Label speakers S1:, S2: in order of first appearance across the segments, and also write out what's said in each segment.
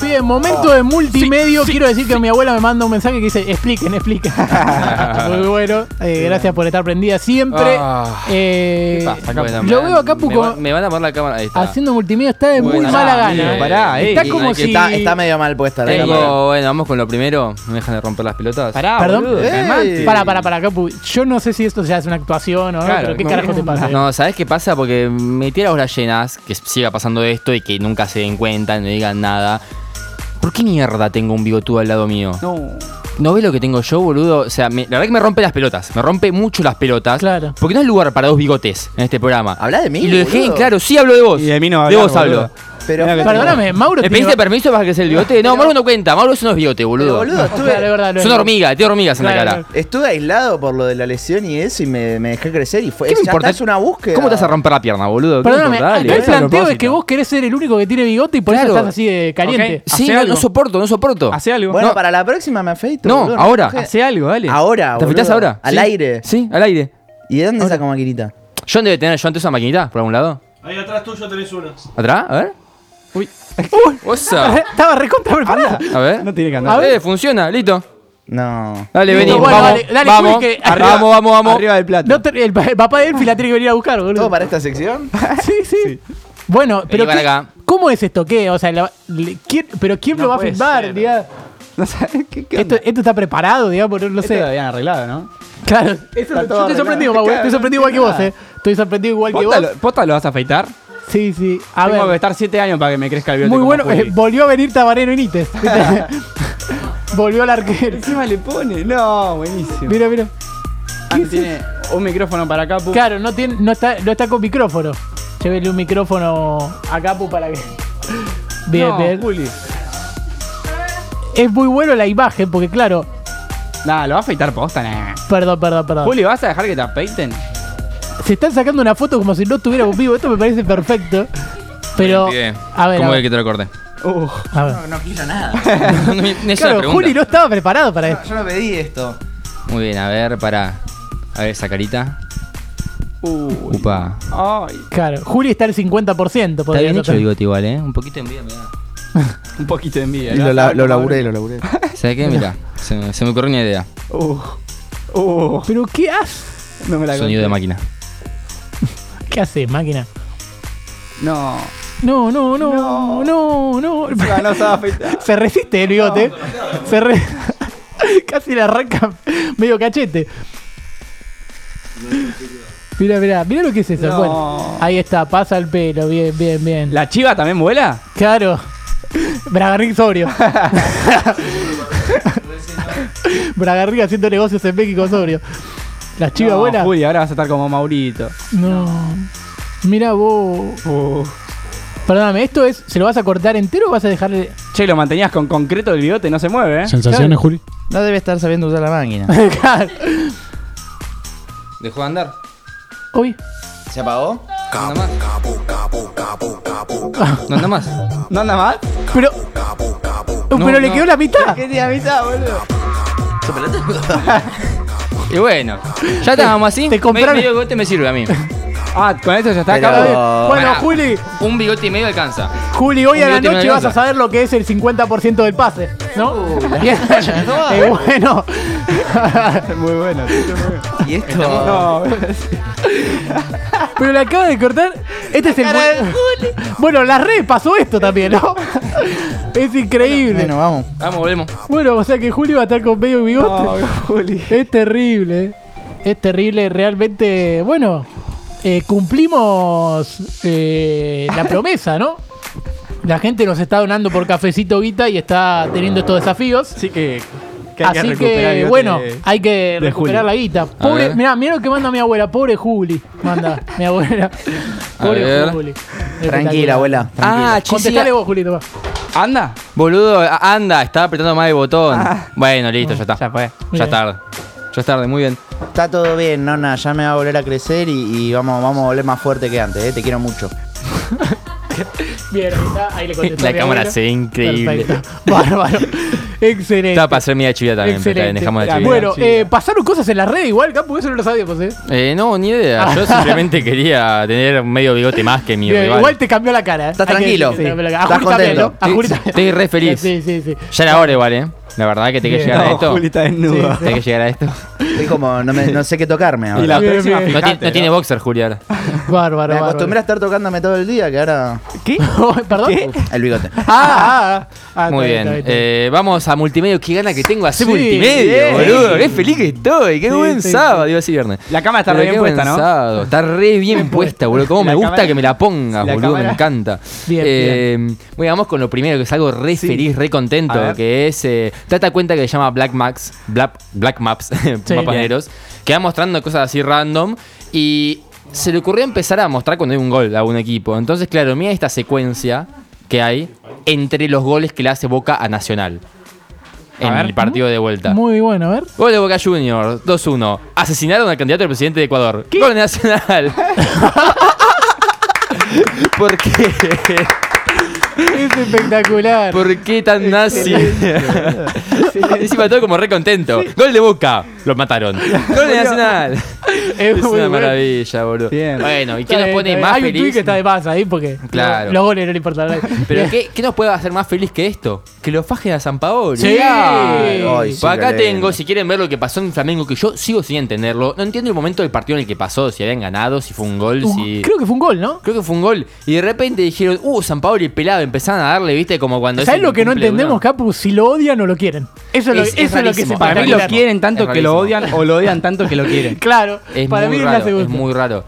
S1: Bien,
S2: Ah.
S1: momento de multimedio. Quiero decir que mi abuela me manda un mensaje que dice: expliquen, expliquen. Muy bueno. Eh, gracias por estar prendida siempre.
S3: Ah.
S1: Eh,
S3: ¿Qué pasa?
S2: Bueno,
S1: lo
S2: me
S1: veo acá
S2: van-
S1: Puco,
S2: Me, va- me van a poner la cámara. Ahí está.
S1: haciendo multimedia. Está de muy
S2: Buena.
S1: mala
S2: Ah,
S1: gana.
S2: bien.
S3: Pará, eh.
S1: está como si.
S4: Está, está medio mal puesta la cámara.
S2: Tengo, bueno, vamos con lo primero. Me dejan de romper las pelotas.
S3: Pará,
S1: Perdón.
S3: boludo,
S4: Ey.
S3: calmate.
S1: Para, para, para, Capu. Yo no sé si esto ya es una actuación o no,
S2: Claro,
S1: pero ¿qué
S2: no,
S1: carajo te pasa?
S2: No, ¿sabes qué pasa? Porque metí a las horas llenas, que siga pasando esto y que nunca se den cuenta, no digan nada. ¿Por qué mierda tengo un bigotudo al lado mío? No. ves lo que tengo yo, boludo? O sea, me- la verdad que me rompe las pelotas. Me rompe mucho las pelotas.
S1: Claro.
S2: Porque no hay lugar para dos bigotes en este programa.
S4: Habla de mí,
S2: Y lo dejé
S4: boludo.
S2: claro, sí hablo de vos.
S3: Y de mí no va a
S2: De
S3: hablar,
S2: vos hablo.
S3: boludo.
S4: Pero,
S3: Mira que-
S1: Perdóname, Mauro.
S2: ¿Me
S1: tiene-
S2: pediste permiso para que sea el bigote? No, Mauro no cuenta. Mauro eso no es bigote,
S4: pero,
S2: boludo.
S4: boludo,
S1: O sea, de
S4: estuve,
S1: verdad, lo
S2: Son
S1: es.
S2: hormigas, tiene hormigas en la
S1: Claro,
S2: cara.
S4: estuve aislado por lo de la lesión y eso y me, me dejé crecer y fue.
S2: ¿Qué me
S4: ya
S2: importa?
S4: Es una búsqueda.
S2: ¿Cómo te vas a romper la pierna, boludo? ¿Qué
S1: Perdóname,
S2: me importa?
S1: acá
S2: Dale.
S1: el planteo es que
S3: propósito.
S1: vos querés ser el único que tiene bigote y por eso
S2: Claro.
S1: estás así de caliente.
S3: Ok.
S2: Sí,
S3: Hacé
S2: no,
S3: algo.
S2: no soporto, no soporto.
S3: Hace algo.
S4: Bueno,
S3: No,
S4: para la próxima me afeito.
S2: No,
S4: boludo,
S2: ahora.
S4: me afeito.
S3: hace algo, dale.
S4: Ahora,
S2: ¿Te afeitás
S4: boludo.
S2: ahora?
S4: Al
S2: Sí.
S4: aire.
S2: Sí, al aire.
S4: ¿Y de dónde saca maquinita?
S2: John debe tener, John, ¿te usa maquinita por algún lado?
S5: Ahí atrás tuyo tenés una.
S2: ¿Atrás? A ver.
S3: Uy.
S2: Osa.
S1: Estaba recontra preparado.
S2: A ver.
S3: No tiene que andar.
S2: A ver, funciona, listo.
S4: No.
S2: Dale,
S1: Listo,
S2: vení.
S1: bueno,
S2: vamos,
S1: dale, dale,
S2: vamos,
S1: Juli, que-
S2: Arriba, vamos, vamos, vamos.
S3: Arriba del plato.
S1: No te- el, pa- el papá de Elfi la tiene que venir a buscar, boludo.
S4: ¿Todo para esta sección?
S1: Sí, sí. Bueno, pero
S2: para
S1: ¿qué-
S2: acá.
S1: ¿cómo es esto? ¿Qué? O sea, la- le- ¿quién- pero ¿quién lo va a
S3: puede
S1: filmar?
S3: ser.
S1: digamos?
S3: No sabes qué,
S1: Esto,
S3: qué onda? Este-
S1: esto está preparado, digamos, no, no
S3: Esto
S1: sé.
S3: lo habían arreglado, ¿no?
S1: Claro, eso- yo estoy
S3: arreglado.
S1: sorprendido, Mau, eh. estoy
S3: Claro,
S1: sorprendido
S3: no
S1: igual que vos, eh.
S3: entiendo
S1: Estoy sorprendido igual que
S3: ¿Posta
S1: vos.
S3: lo, posta lo vas a afeitar?
S1: Sí, sí. A
S3: Tengo que
S1: ver,
S3: estar 7 años para que me crezca el bigote.
S1: muy
S3: como
S1: bueno. eh,
S3: Juli.
S1: volvió a venir Tabareno Benítez. volvió al arquero.
S3: Encima le pone. No, buenísimo.
S1: Mira, mira.
S3: Ah, tiene un micrófono para acá. pu-
S1: Claro, no, tiene, no, está, no está con micrófono. Llévele un micrófono a Capu para que. Bien,
S3: no,
S1: bien.
S3: Juli.
S1: Es muy bueno la imagen, porque claro.
S3: Nah, lo va a afeitar posta, nah.
S1: Perdón, perdón, perdón.
S3: Juli, ¿vas a dejar que te afeiten?
S1: Se están sacando una foto como si no estuviéramos vivo. Esto me parece perfecto. Pero. A ver, a
S2: ¿Cómo
S1: ver,
S2: es que te lo corté?
S3: Uh,
S1: a ver.
S2: No, no, es una
S1: Claro,
S2: pregunta.
S1: Juli no estaba preparado para esto.
S4: Yo no pedí esto.
S2: Muy bien, a ver, para. A ver esa carita.
S3: uh.
S2: Upa.
S3: Ay,
S1: Claro, Juli está al 50%.
S2: Está
S1: podría
S2: bien hecho
S1: tratar.
S2: el bigote igual, ¿eh? Un poquito de envidia me da.
S3: un poquito de envidia.
S4: Y
S3: ¿no?
S4: lo, la- lo laburé, lo laburé.
S2: ¿Sabes qué? Mira, se, me- se me ocurrió una idea.
S3: Uh, uh,
S1: Pero ¿qué haces?
S3: no me la
S2: Sonido de
S3: conté.
S2: máquina.
S1: ¿Qué haces, máquina?
S3: No.
S1: No, no, no, no, no.
S3: Encima no se va a afeitar.
S1: Se resiste el bigote. Se re- Casi le arranca medio cachete. Mira, mira, mira lo que es eso.
S3: No.
S1: Bueno, ahí está, pasa el pelo, bien, bien, bien.
S3: ¿La chiva también vuela?
S1: Claro. Bragarnik sobrio. Bragarnik haciendo negocios en México sobrio. La chiva
S3: no,
S1: buena.
S3: Juli, ahora vas a estar como Maurito.
S1: No. Mira vos.
S3: Uh.
S1: Perdóname, esto es. ¿Se lo vas a cortar entero o vas a dejarle.?
S3: Che, lo mantenías con concreto el bigote, no se mueve, ¿eh?
S1: Claro.
S6: Sensaciones, Juli.
S4: No debe estar sabiendo usar la máquina.
S1: Claro.
S2: ¿Dejó de andar?
S1: Uy.
S4: ¿Se apagó?
S2: ¿No anda más? ¿No anda más?
S3: ¿No anda mal?
S1: Pero.
S2: No,
S1: pero le
S2: no.
S1: quedó la mitad.
S2: Y bueno, ya estábamos así.
S1: Te compraron-
S2: Me- Medio bigote me sirve a mí.
S3: Ah, con eso ya está
S4: Pero-
S3: acá. boludo.
S2: Ah.
S4: Oh,
S1: bueno,
S2: pará.
S1: Juli,
S2: Un bigote y medio alcanza.
S1: Juli, hoy
S2: Un
S1: a la
S2: bigote y
S1: noche
S2: una
S1: vas a
S2: lanza.
S1: saber lo que es el 50% del pase,
S2: Uh,
S1: ¿no? Bien. Eh, bueno.
S3: Muy bueno.
S4: ¿Y esto?
S3: No,
S1: Pero le acaba de cortar. Este es el. buen- Bueno, la red pasó esto también, ¿no? es increíble.
S4: Bueno,
S1: Bueno,
S4: vamos.
S2: Vamos, volvemos.
S1: o sea que Julio va a estar con medio bigote.
S3: no, Juli.
S1: Es terrible. eh. Es terrible, realmente. Bueno, eh, cumplimos eh, la promesa, ¿no? La gente nos está donando por cafecito guita y está teniendo estos desafíos.
S3: Así que. que hay
S1: Así
S3: recuperar el
S1: que,
S3: bigote
S1: bueno,
S3: de-
S1: hay que
S3: de
S1: recuperar
S3: Juli.
S1: la guita. Pobre,
S2: ver.
S1: mirá, mirá lo que manda mi abuela, pobre Juli. Manda, mi abuela.
S2: A
S1: Pobre
S2: ver.
S1: Juli.
S2: Este
S4: Tranquila, abuela.
S2: Ah,
S1: Contestale
S2: chiste.
S1: vos, Juli, tomá.
S3: ¿Anda?
S2: Boludo, a- anda, estaba apretando más el botón.
S1: Ah.
S2: Bueno, listo, ya está.
S3: Ya fue.
S2: Ya
S1: Bien.
S2: es tarde. Ya es tarde, muy bien.
S4: Está todo bien, nona. Ya me va a volver a crecer y, y vamos, vamos a volver más fuerte que antes. ¿eh? Te quiero mucho.
S1: Bien, ahí está, ahí le contestó
S2: La
S1: mi
S2: cámara
S1: abuelo.
S2: se ve increíble.
S1: Perfecto. Bárbaro. Excelente.
S2: Estaba para hacer media chivia también, pero
S1: Excelente.
S2: dejamos la
S1: Ya,
S2: chivia.
S1: bueno, eh, pasaron cosas en la red igual, Campo, eso no lo sabíamos, ¿eh?
S2: Eh, no, ni idea. Yo simplemente quería tener medio bigote más que mi
S1: Ah. Bien,
S2: rival.
S1: igual te cambió la cara. ¿eh?
S4: Estás
S1: Hay que
S4: tranquilo.
S1: decir que te cambió la cara. A
S4: Estás
S1: Juli también,
S4: contento.
S1: ¿no? A Juli
S2: Sí,
S1: también.
S2: Estoy re feliz.
S1: Sí, sí, sí.
S2: Ya era hora igual, ¿eh? La verdad que te que
S1: Bien.
S2: llegar a esto.
S3: Oh, Juli está desnuda.
S2: Tenés que llegar a esto. No,
S4: Estoy como, no, me- no sé qué tocarme ahora.
S3: Y la
S1: Bien,
S3: próxima,
S1: bien.
S2: ti-
S3: fijate,
S2: no tiene boxer, Juli, ahora.
S1: Ah, Bárbaro,
S4: Me
S1: bárbaro.
S4: acostumbré a estar tocándome todo el día, que ahora.
S3: ¿Qué?
S1: ¿Perdón?
S3: ¿Qué?
S4: El bigote.
S1: Ah, ah, ah. Ah,
S2: Muy
S1: está está
S2: bien.
S1: está
S2: Eh, vamos a multimedia. Qué gana que tengo a hacer
S1: Sí,
S2: multimedia,
S1: bien.
S2: boludo. Qué feliz que estoy. Qué
S1: Sí,
S2: buen
S1: sí,
S2: sábado. Digo así viernes.
S3: La cámara está
S2: Pero
S3: re bien
S2: qué buen
S3: puesta, ¿no?
S2: sábado. Está re bien puesta, boludo. Cómo
S3: La
S2: me gusta
S3: cámara-
S2: que me la pongas,
S3: la
S2: boludo. Me
S3: cámara-
S2: encanta.
S1: Bien,
S2: Eh, Bueno, vamos con lo primero, que es algo re
S3: Sí.
S2: feliz, re
S3: A
S2: contento,
S3: ver.
S2: que es... eh, trata cuenta que se llama Black Maps, Black, Black Maps, mapas
S1: Bien.
S2: negros, que va mostrando cosas así random y se le ocurrió empezar a mostrar cuando hay un gol a un equipo. Entonces, claro, mira esta secuencia que hay entre los goles que le hace Boca a Nacional en
S3: ver.
S2: el partido de vuelta.
S1: Muy bueno, a ver.
S2: Gol de Boca Juniors, 2-1. Asesinaron al candidato al presidente de Ecuador. Gol de nacional. ¿Por qué?
S1: Es espectacular.
S2: ¿Por qué tan nazi? Encima todo como re contento. Gol de Boca, los mataron. Gol de Nacional. Es
S1: muy
S2: una
S1: bueno.
S2: maravilla, boludo.
S3: Bien.
S2: Bueno, ¿y qué
S1: Está
S2: nos
S1: bien,
S2: pone
S1: está
S2: más
S1: bien. Hay un tweet
S2: feliz?
S1: que está de más ahí porque
S2: Claro.
S1: los- los goles no le importan a nadie.
S2: Pero ¿qué, qué nos puede hacer más feliz que esto? Que los fajes a San Paolo.
S1: Sí.
S2: Claro.
S4: Ay, sí,
S2: Por acá
S4: qué
S2: tengo,
S4: lindo.
S2: si quieren ver lo que pasó en Flamengo, que yo sigo sin entenderlo. No entiendo el momento del partido en el que pasó, si habían ganado, si fue un gol,
S1: Un-
S2: si.
S1: Creo que fue un gol, ¿no?
S2: Creo que fue un gol. Y de repente dijeron, uh, San Paolo y pelado. Empezaron a darle, viste, como cuando.
S1: ¿Sabes
S2: ese
S1: lo que no
S2: cumple
S1: entendemos,
S2: uno.
S1: Capu? Si lo odian o lo quieren. Eso es lo,
S2: Es-
S1: eso
S2: es
S1: es lo que
S2: rarísimo.
S1: se
S3: Para mí lo
S2: Rarísimo.
S3: quieren tanto
S2: Es
S3: que lo
S2: rarísimo.
S3: odian o lo odian tanto que lo quieren.
S1: Claro,
S2: Es
S1: para mí
S2: muy
S1: es la
S2: raro,
S1: segunda.
S2: es muy raro.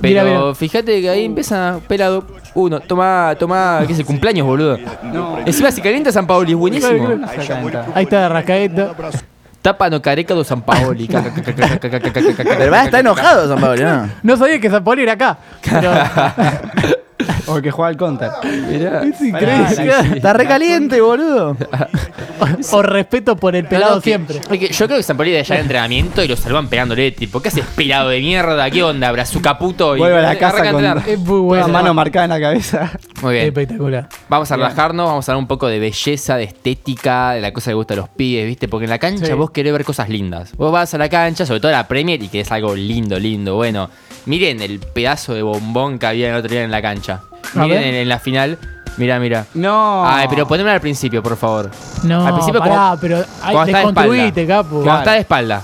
S1: Mira,
S2: Pero
S1: mira.
S2: fíjate que ahí empieza pelado. Uno, toma, toma, qué es el cumpleaños, boludo.
S3: No.
S2: Encima se calienta San Paoli, es buenísimo.
S1: Claro, claro. Ahí está Rascaeta.
S2: Tapa no careca do San Paoli.
S4: Pero
S2: Pero
S4: va, está enojado San Pablo, ¿no?
S1: No sabía que San Paolo era acá. Pero
S3: O que juega al counter.
S1: es increíble.
S4: Está recaliente, boludo.
S1: o, o respeto por el pelado siempre.
S2: yo creo que San Paoli de allá de entrenamiento y lo salvan pegándole, tipo, ¿qué haces pelado de mierda? ¿Qué onda? Brazuca puto. Y
S3: Vuelve a la
S2: Arranca
S3: casa
S2: a
S3: con
S2: entrenar.
S1: Es muy
S3: una
S1: bueno.
S3: mano marcada en la cabeza.
S2: Muy bien.
S1: Espectacular.
S2: Vamos a relajarnos, vamos a hablar un poco de belleza, de estética, de la cosa que gusta a los pibes, ¿viste? Porque en la cancha
S1: Sí.
S2: vos querés ver cosas lindas. Vos vas a la cancha, sobre todo a la Premier, y querés algo lindo, lindo, bueno. Miren el pedazo de bombón que había el otro día en la cancha.
S1: A
S2: Miren
S1: ver.
S2: en, en la final. Mira, mira.
S3: No.
S2: Ay, pero ponémelo al principio, por favor.
S1: No,
S2: Al principio
S1: pará,
S2: como-
S1: pero ay,
S2: Cuando está de
S1: desconstruiste,
S2: espalda.
S1: Capu.
S2: Cuando está de espalda.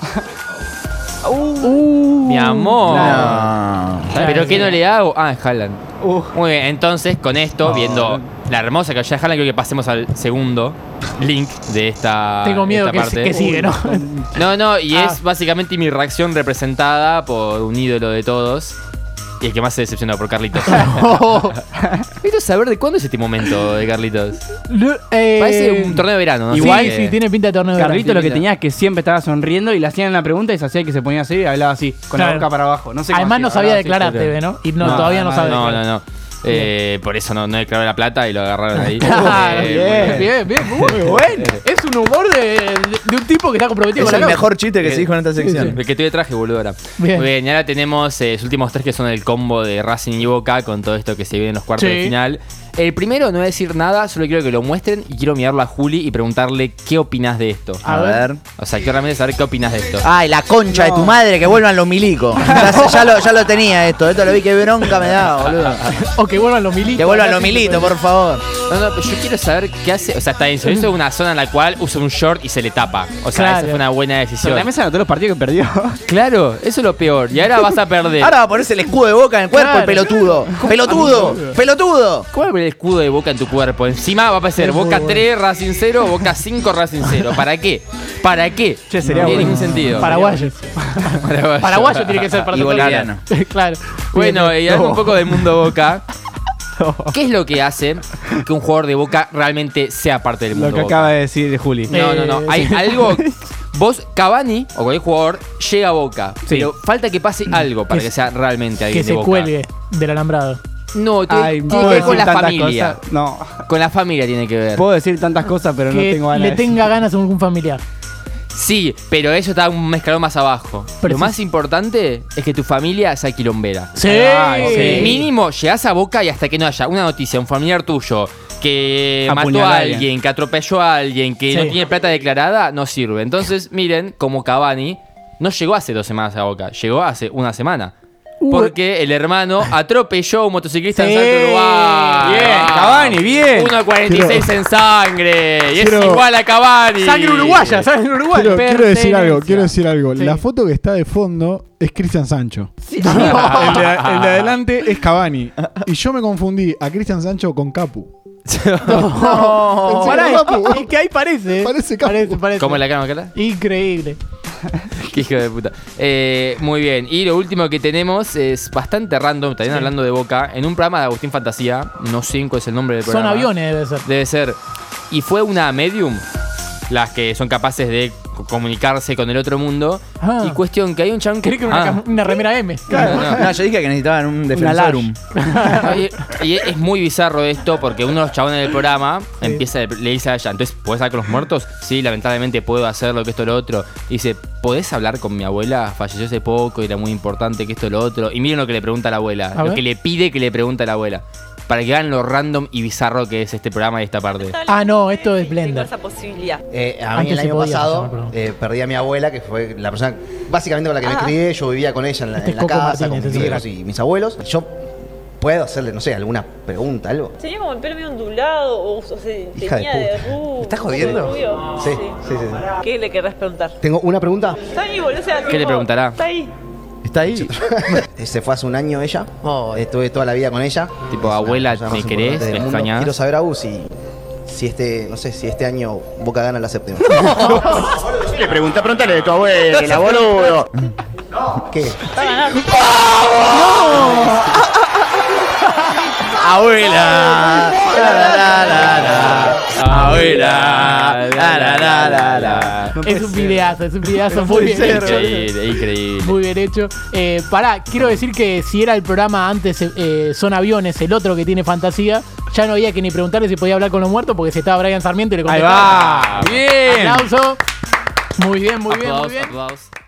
S1: Uh,
S2: Mi amor.
S4: No.
S2: ¿Pero qué no le hago? Ah, es Haaland.
S3: Uh.
S2: Muy bien, entonces con esto,
S1: Ah.
S2: viendo la hermosa que de Haaland, creo que pasemos al segundo link de esta.
S1: Tengo miedo
S2: esta
S1: que,
S2: parte.
S1: que sigue, ¿no?
S2: No, no, y
S1: Ah.
S2: es básicamente mi reacción representada por un ídolo de todos. Y el que más se decepcionó por Carlitos. Necesito saber de cuándo es este momento de Carlitos.
S1: Lu- eh,
S2: Parece un torneo de verano, ¿no? eh,
S1: Igual, sí,
S2: Así que-
S1: tiene pinta de torneo de
S3: Carlito
S1: verano.
S3: lo que tenía es que siempre estaba sonriendo y le hacían una pregunta y se hacía que se ponía así y hablaba así, con la
S1: Claro.
S3: boca para abajo. No sé cómo
S1: Además
S3: hacía,
S1: no sabía
S3: hablaba así,
S1: declarar
S3: pero-
S1: TV, ¿no? Y no,
S3: No,
S1: todavía no
S3: además
S1: sabe
S2: No,
S1: declarar.
S2: no, no. Eh, por eso no, no declaró la plata y lo agarraron ahí.
S1: Claro,
S2: Eh,
S1: Ah, bien, bien, bien, muy bueno. Es un humor de, de- de un tipo que está comprometido
S4: Es
S1: con
S4: el
S1: la
S4: mejor chiste que
S2: Eh,
S4: se dijo en esta sección.
S2: El que estoy de traje, boludo, ahora.
S1: Bien.
S2: Muy bien, y ahora tenemos eh, los últimos tres que son el combo de Racing y Boca con todo esto que se viene en los cuartos
S1: Sí.
S2: de final. El primero, no voy a decir nada, solo quiero que lo muestren y quiero mirarlo a Juli y preguntarle qué opinas de esto.
S1: Ah.
S4: A ver.
S2: O sea, quiero realmente saber qué opinas de esto.
S4: Ay, la concha de tu madre, que vuelvan los milicos. Ya, se- ya lo, ya lo tenía esto, esto lo vi, que bronca me da, boludo.
S1: O que vuelvan los militos.
S4: Que vuelvan los militos, por favor.
S2: No, no, pero yo quiero saber qué hace. O sea, está bien, se hizo una zona en la cual usa un short y se le tapa. O sea,
S1: Claro.
S2: esa fue una buena decisión.
S3: Sobre la mesa anotó los partidos que perdió.
S2: Claro, eso es lo peor. Y ahora vas a perder.
S4: Ahora va a ponerse el escudo de boca en el cuerpo, el
S1: Claro.
S4: pelotudo. ¡Pelotudo! ¡Pelotudo!
S2: ¿Cómo va a poner el escudo de Boca en tu cuerpo? Encima va a aparecer
S1: Es muy
S2: Boca
S1: bueno.
S2: 3, Racing 0, Boca 5, Racing 0. ¿Para qué? ¿Para qué?
S3: Che, sería
S2: no tiene
S3: bueno.
S2: ningún sentido.
S1: Paraguayos.
S2: Paraguayo.
S1: Paraguayo tiene que ser para
S4: Y boliviano.
S1: claro. eh,
S2: Bueno, y hablando
S3: No.
S2: un poco del mundo Boca. ¿Qué es lo que hace que un jugador de Boca realmente sea parte del mundo
S3: lo que
S2: Boca?
S3: acaba de decir Juli.
S1: Eh,
S2: No, no, no. Hay algo. Vos, Cavani o cualquier jugador, llega a Boca. Pero falta que pase algo para
S1: Mm. Que
S2: que,
S1: se-
S2: sea realmente alguien
S1: que
S2: de
S1: se
S2: Boca.
S1: cuelgue del alambrado.
S2: No, tiene,
S3: Ay,
S2: tiene
S3: puedo
S2: que ver
S3: decir
S2: con la
S3: tantas
S2: familia.
S3: cosas. No,
S2: Con la familia tiene que ver.
S3: puedo decir tantas cosas, pero no
S1: que
S3: tengo ganas.
S1: le
S3: de
S1: tenga ganas a algún familiar.
S2: Sí, pero eso está un escalón más abajo.
S1: Pero
S2: Lo
S1: sí.
S2: más importante es que tu familia sea quilombera.
S1: Sí.
S3: Ay, sí.
S2: Mínimo, llegás a Boca y hasta que no haya una noticia, un familiar tuyo que mató
S3: Apuñaló
S2: a
S3: a alguien.
S2: alguien, que atropelló a alguien, que
S1: Sí.
S2: no tiene plata declarada, no sirve. Entonces, miren, como Cavani no llegó hace dos semanas a Boca, llegó hace una semana.
S1: Uh,
S2: Porque el hermano atropelló a un motociclista
S1: Sí.
S2: en Santo Uruguay.
S3: Bien, Cavani, bien.
S2: 1.46 en sangre. Y es
S5: Quiero-
S2: igual a Cavani.
S3: Sangre uruguaya, sangre uruguaya.
S5: Quiero, quiero decir algo,
S3: Pertenencia.
S5: quiero decir algo.
S1: Sí.
S5: La foto que está de fondo es Cristian Sancho.
S1: no.
S5: El, de, el de adelante es Cavani. Y yo me confundí a Cristian Sancho con Capu. Pensé que
S1: Pará,
S5: era Capu.
S1: es que ahí parece. eh.
S5: Parece Capu.
S1: Parece, parece.
S2: ¿Cómo es la cara, Macala?
S1: Increíble.
S2: Qué hijo de puta. Eh, muy bien. Y lo último que tenemos es bastante random, también hablando de Boca, en un programa de Agustín Fantasía, no 5 es el nombre del
S1: Son
S2: programa.
S1: aviones, debe ser.
S2: Debe ser. Y fue una medium, las que son capaces de co- comunicarse con el otro mundo.
S1: Ah.
S2: Y cuestión que hay un chabón
S1: Creí que era una,
S2: Ah.
S1: cam- una remera M.
S2: No, no.
S4: No, yo dije que necesitaban un defensorum.
S2: Oye, y es muy bizarro esto porque uno de los chabones del programa empieza le dice a ella, entonces, ¿podés hablar con los muertos? Sí, lamentablemente puedo hacer lo que esto lo otro. Y dice, ¿podés hablar con mi abuela? Falleció hace poco y era muy importante que esto lo otro. Y miren lo que le pregunta la abuela,
S1: A
S2: lo
S1: ver.
S2: que le pide que le pregunta la abuela. Para que vean lo random y bizarro que es este programa y esta parte.
S1: Ah, no, esto es
S6: Tengo
S1: Blender.
S6: esa posibilidad.
S7: Eh, a mí
S1: Antes
S7: el
S1: se
S7: año
S1: podía llamar,
S7: pasado
S1: perdón.
S7: eh, perdí a mi abuela, que fue la persona básicamente con la que me
S6: Ah.
S7: crié. Yo vivía con ella en la,
S1: Este
S7: en la
S1: es Coco
S7: casa,
S1: Martínez,
S7: con mis
S1: ese
S7: viejos
S1: crack.
S7: y mis abuelos. Yo puedo hacerle, no sé, alguna pregunta, algo.
S6: Tenía como el pelo bien ondulado o, o se
S7: Hija
S6: tenía de,
S7: de
S6: rubio.
S2: Uh,
S7: puta. ¿Estás jodiendo?
S6: Rubio.
S7: Sí, sí, sí, sí.
S6: ¿Qué le querrás preguntar?
S7: Tengo una pregunta.
S6: Está ahí, boludo. o sea,
S2: ¿Qué le
S6: tipo,
S2: preguntará?
S6: Está ahí.
S4: Está ahí.
S7: Se fue hace un año ella. Estuve toda la vida con ella.
S2: Tipo,
S7: Es una
S2: abuela,
S7: persona más
S2: Oh. ¿me querés?
S7: importante del
S2: ¿Me
S7: mundo.
S2: extrañás?
S7: Quiero saber a vos si, si este, no sé, si este año Boca gana la séptima.
S8: Le pregunta, pregúntale de tu abuela, boludo.
S7: ¿Qué?
S4: Abuela. La, la, la, la, la. Abuela. La, la, la, la, la.
S1: es un videazo, es un videazo muy bien hecho.
S2: Increíble, increíble.
S1: Muy bien hecho. Eh, pará, quiero decir que si era el programa antes eh, Son Aviones, el otro que tiene fantasía, ya no había que ni preguntarle si podía hablar con los muertos porque si estaba Brian Sarmiento y le
S3: Ahí
S1: contestaba.
S3: va. Bien.
S1: Aplauso. Muy bien, muy bien, muy
S2: Aplausos,
S1: bien.
S2: aplausos.